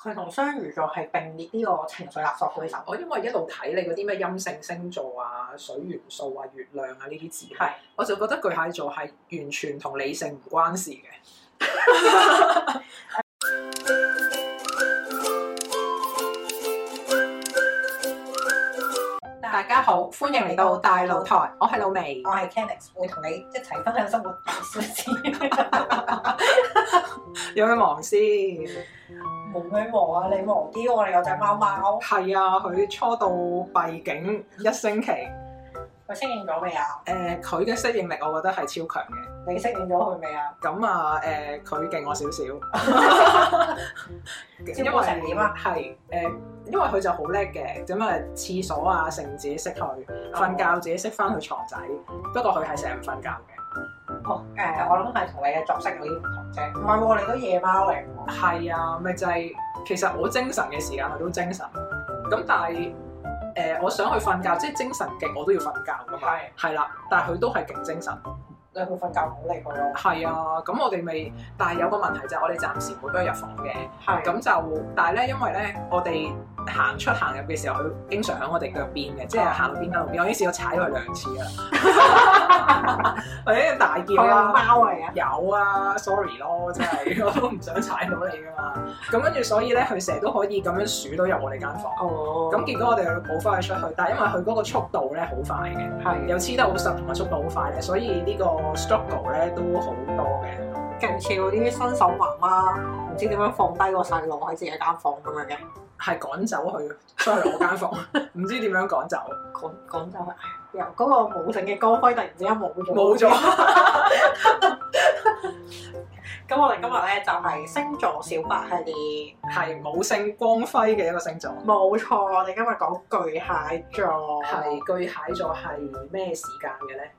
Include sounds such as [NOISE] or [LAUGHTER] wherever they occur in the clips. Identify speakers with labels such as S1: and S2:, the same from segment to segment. S1: 佢同雙魚座係並列呢個情緒勒索對手。
S2: 我因為一路睇你嗰啲咩陰性星座啊、水元素啊、月亮啊呢啲字，
S1: 係
S2: 我就覺得巨蟹座係完全同理性唔關事嘅。 [LAUGHS] 大家好，歡迎嚟到大露台，我係老眉
S1: 我。係 Canix，會同你一齊分享生活大小事。
S2: 有咩忙先？
S1: 冇咩忙啊，你忙啲，我哋有隻貓貓。
S2: 係啊，佢初到閉境一星期，誒
S1: 佢適應咗未啊？
S2: 佢嘅適應力我覺得係超強嘅。
S1: 你適應咗佢未啊？
S2: 咁啊誒，佢、勁我少
S1: [LAUGHS]
S2: 少，
S1: 照顧成點啊？
S2: 係誒、因為佢就好叻嘅，咁啊廁所啊，成自己識去，
S1: 哦
S2: 瞓覺自己識翻去床仔。不過佢係成日唔瞓覺嘅。
S1: 哦，誒、我諗係同你嘅作息有啲唔同啫。唔係喎，你都夜貓嚟喎。
S2: 係啊，咪就係、其實我精神嘅時間佢都精神，咁但係。誒、我想去瞓覺，即係精神勁，我都要瞓覺㗎嘛
S1: 係，
S2: 係啦，但係佢都係勁精神。
S1: 你佢瞓覺唔好理佢咯。
S2: 係啊，咁我哋咪，但係有個問題就係我哋暫時每都入房嘅，
S1: 係咁
S2: 咁就但係咧，因為咧我哋行出行入嘅時候，佢經常喺我哋腳邊嘅，即
S1: 哦
S2: 係行到邊行到邊，我已經試過踩咗佢兩次
S1: [LAUGHS]
S2: 啦，或者大叫
S1: 佢有
S2: 啦。
S1: 貓嚟啊。
S2: 有啊，sorry 咯，真係 [LAUGHS] 我都唔想踩到你噶嘛。咁跟住所以咧，佢成日都可以咁樣數到入我哋間房。
S1: 哦
S2: 咁結果我哋要抱翻佢出去，但係因為佢嗰個速度咧好快嘅，
S1: 係
S2: 又黐得好實，同埋速度好快咧，所以呢個 struggle 咧都好多嘅。
S1: 勁似嗰啲新手媽媽，唔知點樣放低個細路喺自己間房咁樣嘅。
S2: 係趕走佢出去我間房，唔知點樣趕走，
S1: 講講就係唉由嗰個冇性嘅光輝突然之間冇咗，
S2: 冇咗。
S1: [LAUGHS] 咁我哋今日咧就係星座小白系列，
S2: [LAUGHS] 係冇性光輝嘅一個星座。
S1: 冇錯。我哋今日講巨蟹座，
S2: 係巨蟹座係咩時間嘅咧？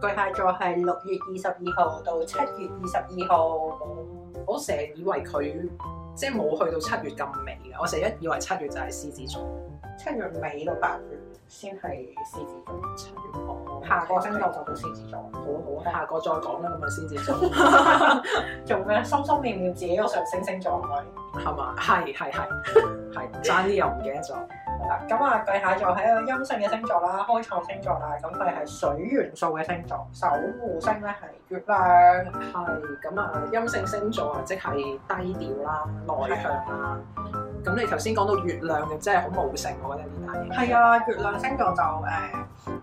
S1: 巨蟹座係六月二十二號到七月二十二號。
S2: 我成日以為佢即係冇去到七月咁尾嘅，我成日以為七月就係獅子座。
S1: 七月尾到八月先係獅子座，
S2: 七月哦
S1: 下個星座就到獅子座。 [LAUGHS]
S2: 好好，下個再講啦，咁啊獅子座
S1: 做咩？心心念念自己個上升星座係咪？
S2: [LAUGHS] 係嘛？係係係係，爭啲又唔記得咗。
S1: 嗱，咁啊，巨蟹座係一個陰性嘅星座啦，開創星座啦，咁佢係水元素嘅星座，守護星咧係月亮，
S2: 係咁啊，陰性星座啊，即係低調啦、內向啦。咁你頭先講到月亮嘅，真係好冇性，我覺得呢單嘢。
S1: 係啊，月亮星座就誒呃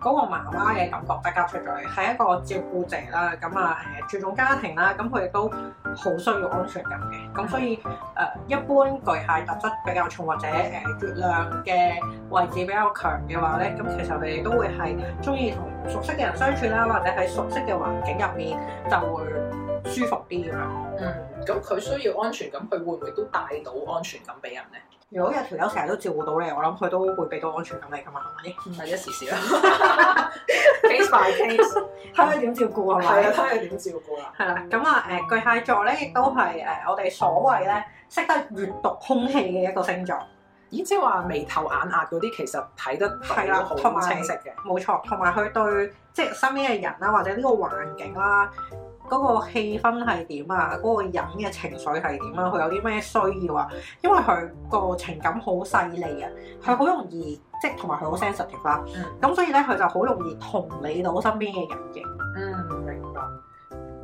S1: 嗰、個媽媽嘅感覺大家出咗，係一個照顧者啦，咁啊誒注重家庭啦，咁佢亦都好需要安全感嘅，咁所以
S2: 嗯
S1: 誒、一般巨蟹特質比較重或者誒、月亮嘅位置比較強嘅話咧，咁其實佢哋都會係中意同熟悉嘅人相處啦，或者喺熟悉嘅環境入面就會舒服啲咁樣。
S2: 嗯，咁佢需要安全感，佢會唔會都帶到安全感俾人咧？
S1: 如果有條友成日都照顧到你，我諗佢都會俾到安全感你噶嘛，係咪？
S2: 唔係一時時啦嗯 [LAUGHS] ，case by case，
S1: 睇佢點照顧係
S2: 係啊，
S1: 咪？
S2: 睇佢點照顧啦。
S1: 係啦，咁啊誒巨蟹座咧，亦都係誒我哋所謂咧識得閱讀空氣嘅一個星座，
S2: 咦，即係話眉頭眼額嗰啲，其實睇得
S1: 係啦
S2: 到好
S1: 同埋
S2: 清晰嘅。
S1: 冇錯。同埋佢對即係身邊嘅人啊啦，或者呢個環境啦，嗰、個氣氛係點啊，嗰、個人嘅情緒係點啊，佢有啲咩需要啊？因為佢個情感好細膩啊，佢好容易即係同埋佢好 sensitive 啦，
S2: 嗯
S1: 咁所以咧佢就好容易同理到身邊嘅人嘅。
S2: 嗯，明白。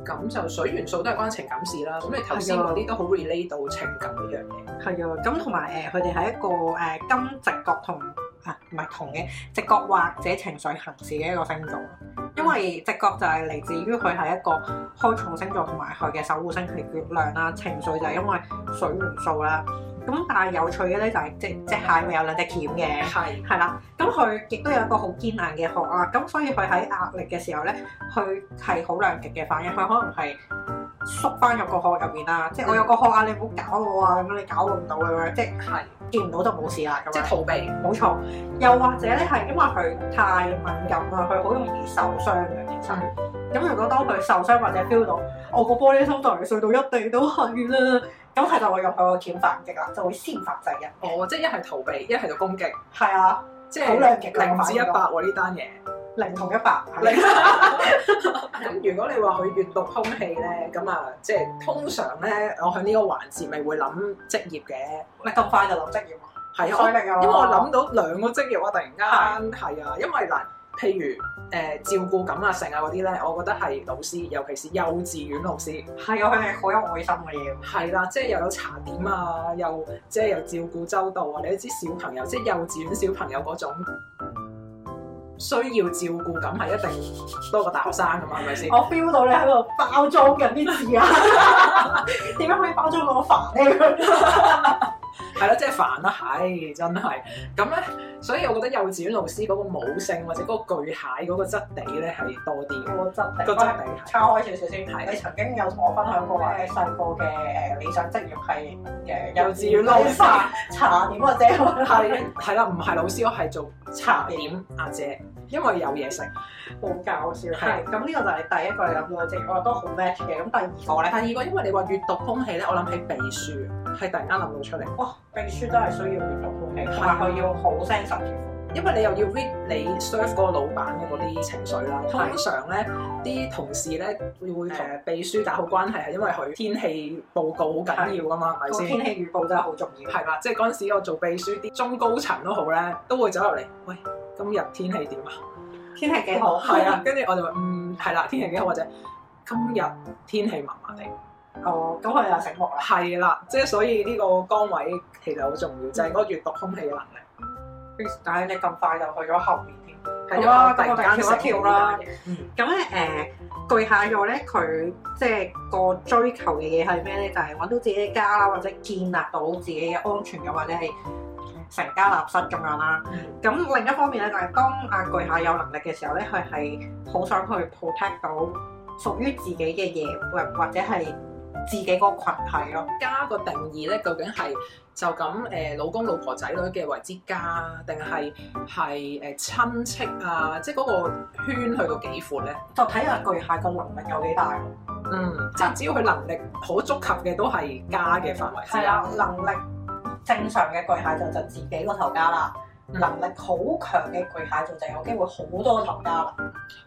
S2: 咁就水元素都係關情感事啦。咁你頭先嗰啲都好 relate 到情感呢樣嘢。
S1: 係啊，咁同埋誒，佢哋係一個誒、跟直覺同啊唔係同嘅直覺或者情緒行事嘅一個星座，因為直覺就係嚟自於佢係一個開創星座同埋佢嘅守護星係月亮啦，情緒就係因為水元素啦。咁但係有趣嘅咧就係、即即蟹咪有兩隻鉗嘅。
S2: 係。
S1: 係啦，咁佢亦都有一個好堅硬嘅殼啦，咁所以佢喺壓力嘅時候咧，佢係好兩極嘅反應，佢可能係縮翻入個殼入邊啦，即係我有個殼啊，你唔好搞我啊，咁樣你搞我唔到咁樣，即係
S2: 係，
S1: 見唔到就冇事啦咁
S2: 即係
S1: 樣。
S2: 逃避。
S1: 冇錯，又或者咧係因為佢太敏感啦，佢好容易受傷嘅其實。咁如果當佢受傷或者 feel 到哦我個玻璃心就嚟碎到一地都係啦，咁佢就會用佢個鉗反擊啦，就會先發制人。
S2: 哦哦，即係一係逃避，一係就攻擊，
S1: 係啊。
S2: 即係
S1: 好兩極嘅
S2: 零
S1: 反
S2: 至一
S1: 應
S2: 百喎呢單嘢。
S1: 零同一百，
S2: 咁如果你話佢閲讀空氣咧，咁啊，即係通常咧，我喺呢個環節咪會諗職業嘅，
S1: 你咁快就諗職業啊？
S2: 係啊，
S1: 所
S2: 我
S1: 以你
S2: 因為我
S1: 諗
S2: 諗到兩個職業啊，突然間係啊，因為嗱，譬如誒、呃照顧感啊、成啊嗰啲咧，我覺得係老師，尤其是幼稚園老師，
S1: 係啊，佢哋好有愛心嘅嘢。
S2: 係啦，即係又有茶點啊，又即係又照顧周到啊，你都知小朋友即係幼稚園小朋友嗰種。需要照顧感係一定多過大學生噶嘛，係咪先？
S1: 我 feel 到你喺度包裝緊啲字 [LAUGHS] 啊！點樣可以包裝到煩咧？
S2: 係啦，即係煩啦，係真係。咁咧，所以我覺得幼稚園老師嗰個母性或者嗰個巨蟹嗰個質地咧係多啲嘅，
S1: 我真
S2: 個
S1: 係
S2: 質地係
S1: 岔開少少先，
S2: 係
S1: 你曾經有同我分享過話，你細個嘅誒理想職業係誒
S2: 幼稚園老
S1: [LAUGHS]
S2: 師
S1: 茶點或者
S2: 係係啦，唔係老師，我係做茶點阿姐，因為有嘢食。
S1: 好搞笑。
S2: 係
S1: 係咁呢個就係第一個你諗到嘅職業，我覺得都好 match 嘅。咁第二個
S2: 第
S1: 咧，
S2: 二個，因為你話閱讀空氣咧，我諗起秘書，係突然間諗到出嚟，
S1: 哇！秘書真係需要閱讀空氣，同埋佢要好 sensitive。
S2: 因為你又要 read 你 serve 嗰個老闆嘅嗰啲情緒啦。通常咧，啲同事咧會同
S1: 係
S2: 秘書打好關係，係因為佢天氣報告好緊要噶嘛，係咪
S1: 個
S2: 先？
S1: 天氣預報真係好重要。
S2: 係啦，即係嗰陣時我做秘書，啲中高層都好咧，都會走入嚟，喂，今日天氣點啊？
S1: 天氣幾好，
S2: 係啊，跟住我就話，嗯，係啦，天氣幾好，或者今日天氣麻麻地，
S1: 哦，咁佢就醒目啦。
S2: 係啦，即係所以呢個崗位其實好重要，就係嗰
S1: 嗯
S2: 個閱讀空氣嘅能力。
S1: 但係你咁快就去咗後面添。
S2: 係
S1: 好啊
S2: 因為我突然間
S1: 咁我哋跳一跳啦
S2: 醒起呢樣嘢。嗯
S1: 咁咧誒，巨蟹座咧，佢即係個追求嘅嘢係咩咧？就係、揾到自己嘅家啦，或者建立到自己嘅安全感，或者係成家立室咁樣啦。
S2: 嗯
S1: 咁另一方面咧，就係、當阿巨蟹有能力嘅時候咧，佢係好想去 protect 到屬於自己嘅嘢，或或者係自己個群體咯。
S2: 家個定義咧，究竟係就咁誒、呃老公老婆仔女嘅為之家，定係係誒親戚啊？即係嗰個圈去到幾闊咧？
S1: 就睇下巨蟹個能力有幾大咯。
S2: 嗯，即係只要佢能力可觸及嘅都係啊家嘅範圍之
S1: 係
S2: 內。
S1: 啦，能力正常嘅巨蟹座就自己個頭家啦，
S2: 嗯
S1: 能力好強嘅巨蟹座就有機會好多頭家啦，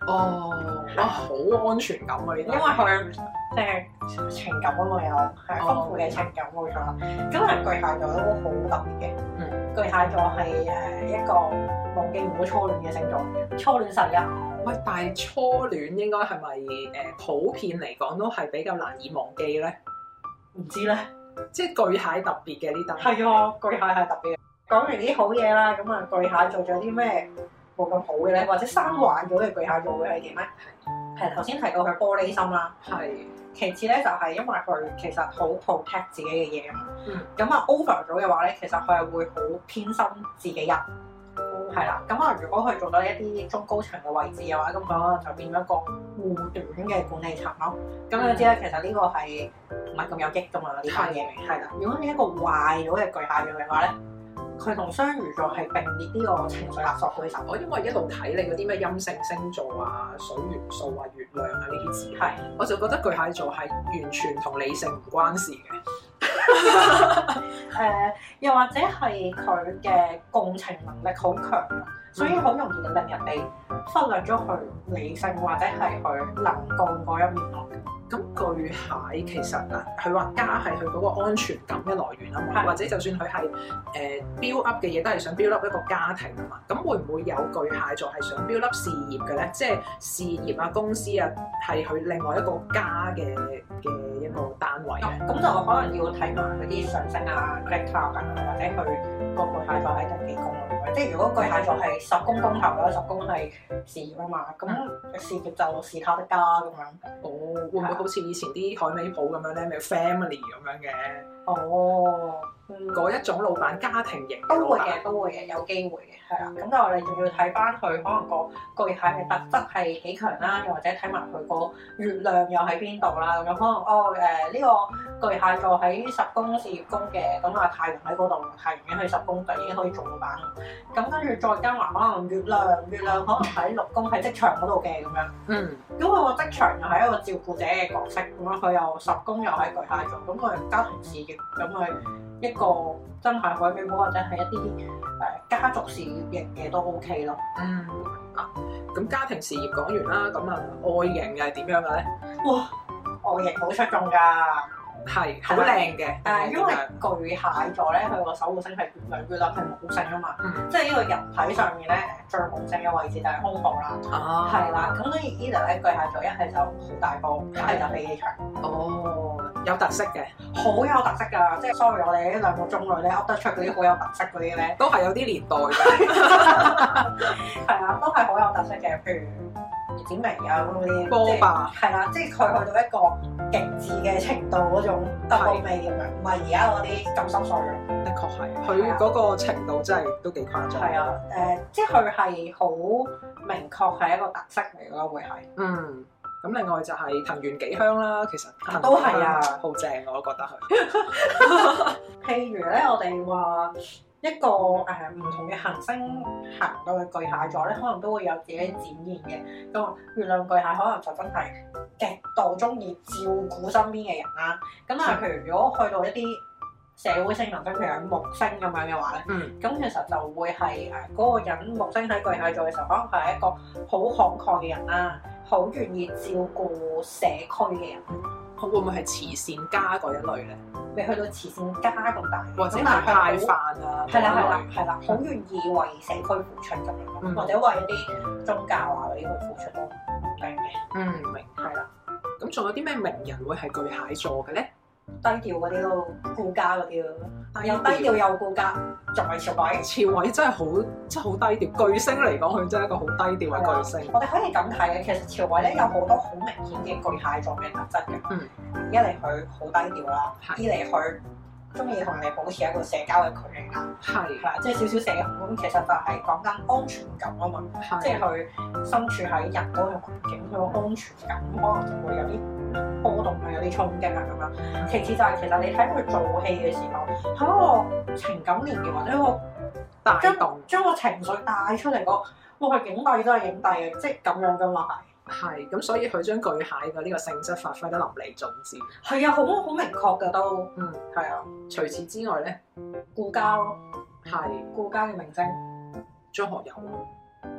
S2: 哦，哇，好安全感啊！呢
S1: 因
S2: 啲
S1: 為佢即係情感嗰度有係豐富嘅情感冇錯啦。咁係巨蟹座都好特別嘅，
S2: 嗯
S1: 巨蟹座係誒一個忘記唔到初戀嘅星座，初戀十一
S2: 喂，但係初戀應該係咪誒普遍嚟講都係比較難以忘記咧？
S1: 唔知咧，
S2: 即係巨蟹特別嘅呢單。
S1: 係啊，巨蟹係特別嘅。講完啲好嘢啦，咁啊巨蟹座仲有啲咩冇咁好嘅咧？或者生壞咗嘅巨蟹座會係點咧？係頭先提到佢玻璃心啦。
S2: 係，
S1: 其次咧就係、因為佢其實好 protect 自己嘅嘢啊嘛
S2: 嗯，
S1: 咁啊 over 咗嘅話咧，其實佢係會好偏心自己人，係啦。咁啊，如果佢做到一啲中高層嘅位置嘅話，咁佢可能就變咗一個護短嘅管理層咯。咁你知咧，其實呢個係唔係咁有益噶嘛？呢樣嘢係啦。如果你一個壞咗嘅巨蟹座嘅話咧，佢同雙魚座係並列呢個情緒勒索對手。
S2: 我因為一路睇你嗰啲咩陰性星座啊、水元素啊、月亮啊呢啲字，
S1: 係
S2: 我就覺得巨蟹座係完全同理性唔關事
S1: 誒、
S2: 嘅。
S1: 呃又或者係佢嘅共情能力好強，所以好容易令人哋忽略咗佢理性或者係佢能幹嗰一面咯。
S2: 咁巨蟹其實嗱，佢話家係佢嗰個安全感嘅來源啊嘛，
S1: 係
S2: 或者就算佢係誒 build up 嘅嘢，都係想 build up 一個家庭啊嘛。咁會唔會有巨蟹座係想 build up 事業嘅咧？即係事業啊、公司啊，係佢另外一個家嘅嘅一個單位咧。
S1: 咁啊咁就可能要睇埋佢啲上升啊、力靠啊，或者佢個巨蟹座喺第幾宮啊咯。即係如果巨蟹座係十宮公頭嘅，十宮係事業啊嘛，咁事業就是他的家咁樣。
S2: 哦，會唔會好似以前啲海味鋪咁樣咧，咪 family 咁樣嘅
S1: 哦，嗯
S2: 嗰一種老闆，家庭型嘅
S1: 都
S2: 老
S1: 會
S2: 闆
S1: 嘅，都會嘅，有機會嘅，係啊啦。咁但係我哋仲要睇翻佢可能個巨蟹嘅特質係幾強啦，又或者睇埋佢個月亮又喺邊度啦。咁樣可能哦誒呢、個巨蟹座喺十宮事業宮嘅，咁啊太陽喺嗰度，太陽已經去十宮就已經可以做老闆啦。咁跟住再加埋可能月亮，月亮可能喺六宮喺職場嗰度嘅咁樣。
S2: 嗯，
S1: 咁佢個職場又係一個照顧者嘅角色咁樣，佢又十宮又喺巨蟹座，咁佢家庭事業咁佢一個真係海美寶或者係一啲誒、呃家族事業型嘅都 OK 咯。
S2: 嗯，啦。咁家庭事業講完啦，咁啊外形又係點樣嘅啊咧？
S1: 哇，外形好出眾㗎。
S2: 係啊好靚嘅，
S1: 但係因為巨蟹座咧，佢個守護星係月亮，月亮係母星啊嘛，
S2: 嗯
S1: 即係呢個人體上面咧最母星嘅位置就係胸部啦，
S2: 啊，
S1: 係啦、咁所以 either 咧巨蟹座一係就好大個，一係就飛機場，
S2: 哦，有特色嘅，
S1: 好有特色㗎，即係 sorry 我哋呢兩個中女咧噏得出嗰啲好有特色嗰啲咧，
S2: 都係有啲年代 [LAUGHS] 嘅，
S1: 係啊，都係好有特色嘅，譬如葉展明啊咁嗰啲，
S2: 波
S1: 即係
S2: 霸
S1: 係啦，即係佢去到一個極致嘅程度嗰種得到味咁樣，唔係而家嗰啲咁濕碎嘅。
S2: 的確係，佢嗰個程度真係都幾誇張。
S1: 係，啊，誒、即係佢係好明確係一個特色嚟咯，會係
S2: 嗯。咁另外就係藤原紀香啦，其實
S1: 都係啊
S2: 好正我都覺得佢。 [LAUGHS]
S1: [LAUGHS] 譬如咧，我哋話一個誒唔、同嘅行星行到去巨蟹座咧，可能都會有自己展現嘅。咁月亮巨蟹可能就真係極度中意照顧身邊嘅人啦。咁但
S2: 嗯
S1: 係譬如如果去到一啲社會性行星，譬如係木星咁樣嘅話咧，
S2: 嗯，
S1: 咁其實就會係誒嗰個人木星喺巨蟹座嘅時候，可能佢係一個好慷慨嘅人啦，好願意照顧社區嘅人，
S2: 會唔會係慈善家嗰一類咧？
S1: 未去到慈善家咁大，
S2: 或者
S1: 咁
S2: 係
S1: 但
S2: 派
S1: 係
S2: 飯
S1: 好
S2: 啊？
S1: 係啦係啦
S2: 嗰一類，
S1: 係啦，好願意為社區付出咁樣咯，
S2: 嗯
S1: 或者為一啲宗教啊嗰啲去付出都唔定嘅，
S2: 嗯，明。
S1: 係啦，
S2: 咁仲有啲咩名人會係巨蟹座嘅咧？
S1: 低調嗰啲咯，顧家嗰啲咯，啊
S2: 但
S1: 又低調又顧家，仲係潮位。
S2: 朝偉真係好，真係好低調。巨星嚟講，佢真係一個好低調嘅巨星。
S1: 我哋可以咁睇嘅，其實朝偉咧有好多好明顯嘅巨蟹座嘅特質嘅。
S2: 嗯。
S1: 一嚟佢好低調啦，
S2: 係
S1: 二嚟佢中意同你保持一個社交嘅距離啦，係
S2: 係
S1: 啦，即係少少社恐咁，其實就係講緊安全感啊嘛，即係
S2: 係
S1: 佢身處喺人多嘅環境，佢個安全感可能就會有啲波動啊，有啲衝擊啊咁樣。其次就係其實你睇佢做戲嘅時候，喺個情感連結或者一個
S2: 大動
S1: 將個情緒帶出嚟個，哇！佢影帝都係影帝嘅，即係咁樣噶嘛係。
S2: 係咁，所以佢將巨蟹嘅呢個性質發揮得淋漓盡致。
S1: 係啊，好好明確噶都，
S2: 嗯，
S1: 係啊，
S2: 除此之外咧，
S1: 顧家咯，
S2: 係
S1: 顧家嘅明星，
S2: 張學
S1: [LAUGHS]
S2: 友。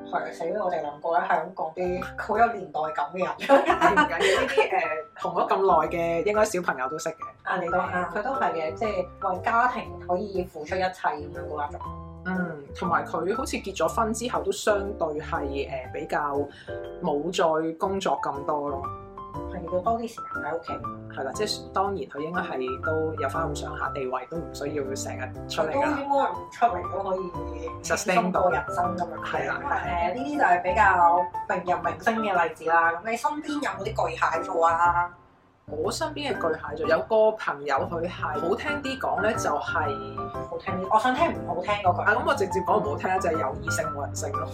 S1: 係啊，死啦！我哋兩個咧係咁講啲好有年代感嘅
S2: 唔
S1: 人，
S2: 緊要，呢啲誒紅咗咁耐嘅，應該小朋友都識嘅。
S1: 啊你都啱，佢都係嘅，即係為家庭可以付出一切咁樣嗰一種，
S2: 嗯，同埋佢好似結咗婚之後都相對係誒、呃比較冇再工作咁多咯，
S1: 係要多啲時間喺屋企，
S2: 係啦，即係當然佢應該係都有翻咁上下地位，都唔需要成日出
S1: 佢
S2: 嚟
S1: 都
S2: 㗎
S1: 應
S2: 啦。
S1: 該唔出嚟都可以
S2: Sustain 到
S1: 過人生咁樣。
S2: 係啦
S1: 咁啊誒呢啲就係比較名人明星嘅例子啦。咁你身邊有冇啲巨蟹座啊？
S2: 我身邊嘅巨蟹座有個朋友佢係好聽啲講咧，就係、
S1: 好聽啲，我想聽唔好聽嗰句。
S2: 啊咁我直接講唔好聽咧，就係、有異性冇人性咯。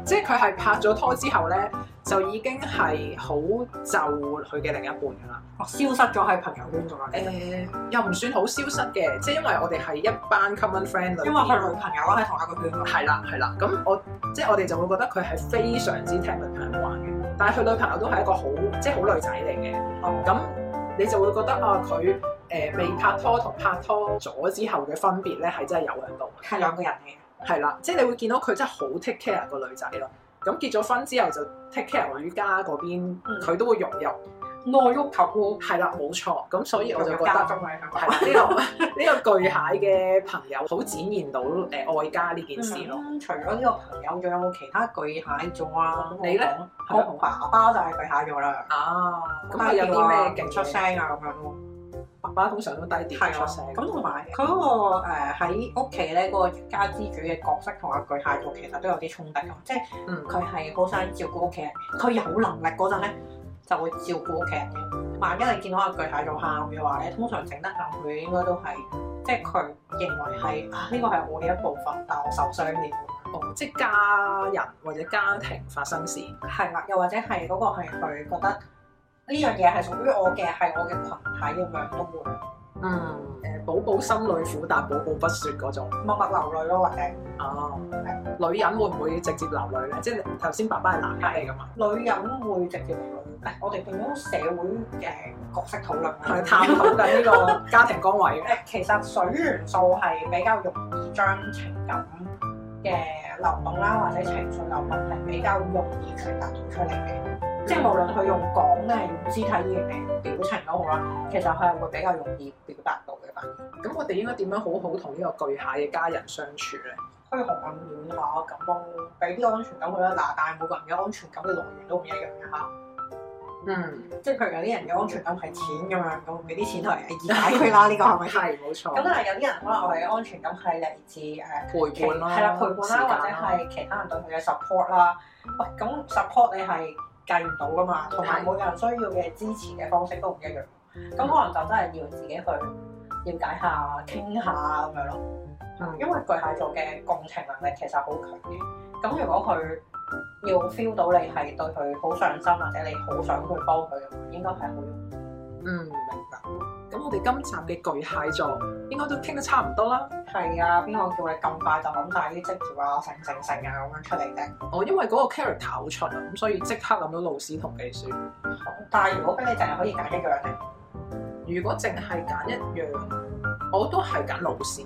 S2: [LAUGHS] 即係佢係拍咗拖之後咧，就已經係好就佢嘅另一半㗎啦。
S1: 我消失咗喺朋友圈度啦
S2: 誒、。又唔算好消失嘅，即係因為我哋係一班 common friend 裏
S1: 因為
S2: 邊
S1: 佢女朋友啊喺同一個圈咯。
S2: 係啦係啦，咁我即係我哋就會覺得佢係非常之聽女朋友話嘅，但係佢女朋友都係一個好即係好女仔嚟嘅，
S1: 哦
S2: 咁你就會覺得啊佢誒、未拍拖同拍拖咗之後嘅分別咧係真係有喺度，
S1: 係兩個人嚟嘅。
S2: 係啦，即係你會見到佢真係好 take care 個女仔咯，咁結咗婚之後就 take care 女家嗰邊，
S1: 嗯
S2: 佢都會融入，
S1: 內喐頭喎，
S2: 係啦冇錯，咁所以我就覺
S1: 家
S2: 得。
S1: 中嚟係
S2: 係啦，呢個 [LAUGHS] 呢個巨蟹嘅朋友好展現到誒、呃、愛家呢件事咯。
S1: 咁嗯除咗呢個朋友，仲有冇其他巨蟹座啊？
S2: 你呢
S1: 我講？我爸爸就係巨蟹座啦。
S2: 啊，咁
S1: 咁
S2: 佢有啲咩勁
S1: 勁出
S2: 出聲？
S1: 聲啊咁樣咯？
S2: 爸爸通常都低
S1: 係
S2: 調
S1: 啊
S2: 出聲。，
S1: 咁同埋佢嗰個誒喺屋企咧嗰個一家之主嘅角色同阿巨蟹座其實都有啲衝突啊，即係
S2: 嗯
S1: 佢係好想照顧屋企人，佢有能力嗰陣咧就會照顧屋企人嘅。萬一你見到阿巨蟹座喊嘅話咧，通常整得喊佢應該都係即係佢認為係啊呢個係我嘅一部分，但我受傷了。
S2: 哦，即係家人或者家庭發生事，
S1: 係啦，又或者係嗰個係佢覺得呢樣嘢係屬於我嘅，係我嘅群體咁樣都會
S2: 嗯，誒、寶寶心裏苦，但寶寶不說嗰種。
S1: 默默流淚咯，或者。
S2: 哦，女人會唔會直接流淚咧？即係頭先爸爸係男人嚟㗎嘛，
S1: 女人會直接嚟女，誒，我哋變咗社會嘅角色討論啊啦
S2: 係探討緊呢個家庭崗位嘅。
S1: 誒，其實水元素係比較容易將情感嘅流動啦，或者情緒流動係比較容易傳達到出嚟嘅。即係無論佢用講定係用肢體語言嚟表情都好啦，其實佢係會比較容易表達到嘅。反而
S2: 咁我哋應該點樣好好同呢個巨蟹嘅家人相處咧？
S1: 虛紅暗戀啊，咁咯，俾啲安全感佢啦。嗱，但係每個人嘅安全感嘅來源都唔一樣嘅嚇。
S2: 嗯，
S1: 即係譬如有啲人嘅安全感係錢咁樣，咁俾啲錢佢係易解決啦，呢個係咪先？
S2: [LAUGHS] 係冇錯。
S1: 咁但啊係有啲人可能佢嘅安全感係嚟自誒
S2: 陪伴啦，
S1: 係啦陪伴
S2: 時間
S1: 啦，或者係其他人對佢嘅 support 啦。喂，咁 support 你係計唔到噶嘛，同埋
S2: 係
S1: 每個人需要嘅支持嘅方式都唔一樣。咁可能就真係要自己去了解下、傾下咁樣咯。
S2: 嗯
S1: 因為巨蟹座嘅共情能力其實好強嘅。咁如果佢要 feel 到你係對佢好上心，或者你好想去幫佢嘅話，應該係好容易。
S2: 嗯，明白。咁我哋今集嘅巨蟹座應該都傾得差唔多啦。
S1: 係啊，邊個叫你咁快就諗晒啲職業啊、成成成啊咁樣出嚟啫？
S2: 我哦因為嗰個 character 好出啊，咁所以即刻諗到老師同秘書。
S1: 但係如果俾你淨係可以揀一樣咧，
S2: 如果淨係揀一樣，我都係揀老師，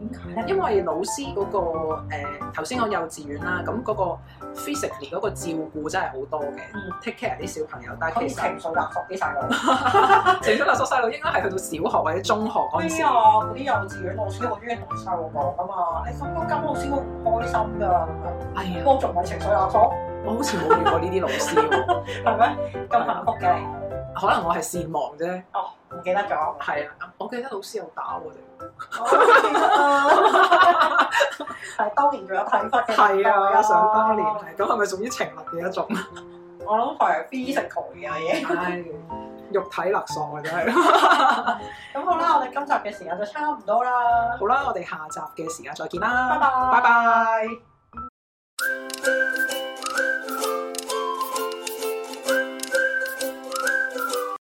S1: 點解咧？
S2: 因為老師嗰、個誒頭先講幼稚園啦，咁嗰個 physically 嗰個照顧真係好多嘅、
S1: 嗯
S2: t take care 啲小朋友，但
S1: 可
S2: 係
S1: 以
S2: 其
S1: 情
S2: 實
S1: 緒勒索啲細路。
S2: 成咗勒索細路應該係去到小學或者中學嗰陣時
S1: 咩。啊？嗰啲幼稚園老師好中意同細路講噶嘛，你咁樣跟老師好唔開心㗎咁樣，
S2: 哎呀，
S1: 我仲唔係情緒勒索
S2: 我好似冇遇過呢啲老師喎， [LAUGHS]
S1: 係咩？咁幸福嘅你，
S2: 可能我係善忘啫。
S1: 哦唔記得咗，
S2: 係啊，我記得老師有打我哋。
S1: 我唔記得啦係當年仲有體罰嘅，
S2: 係啊，想當年係咁，係咪屬於情勒嘅一種？
S1: 我諗係 physical 嘅嘢。
S2: 唉， [LAUGHS] 肉體勒索啊，真係。
S1: 咁好啦，我哋今集嘅時間就差唔多啦，
S2: 好啦，我哋下集嘅時間再見
S1: 拜
S2: 啦，
S1: 拜，
S2: 拜拜。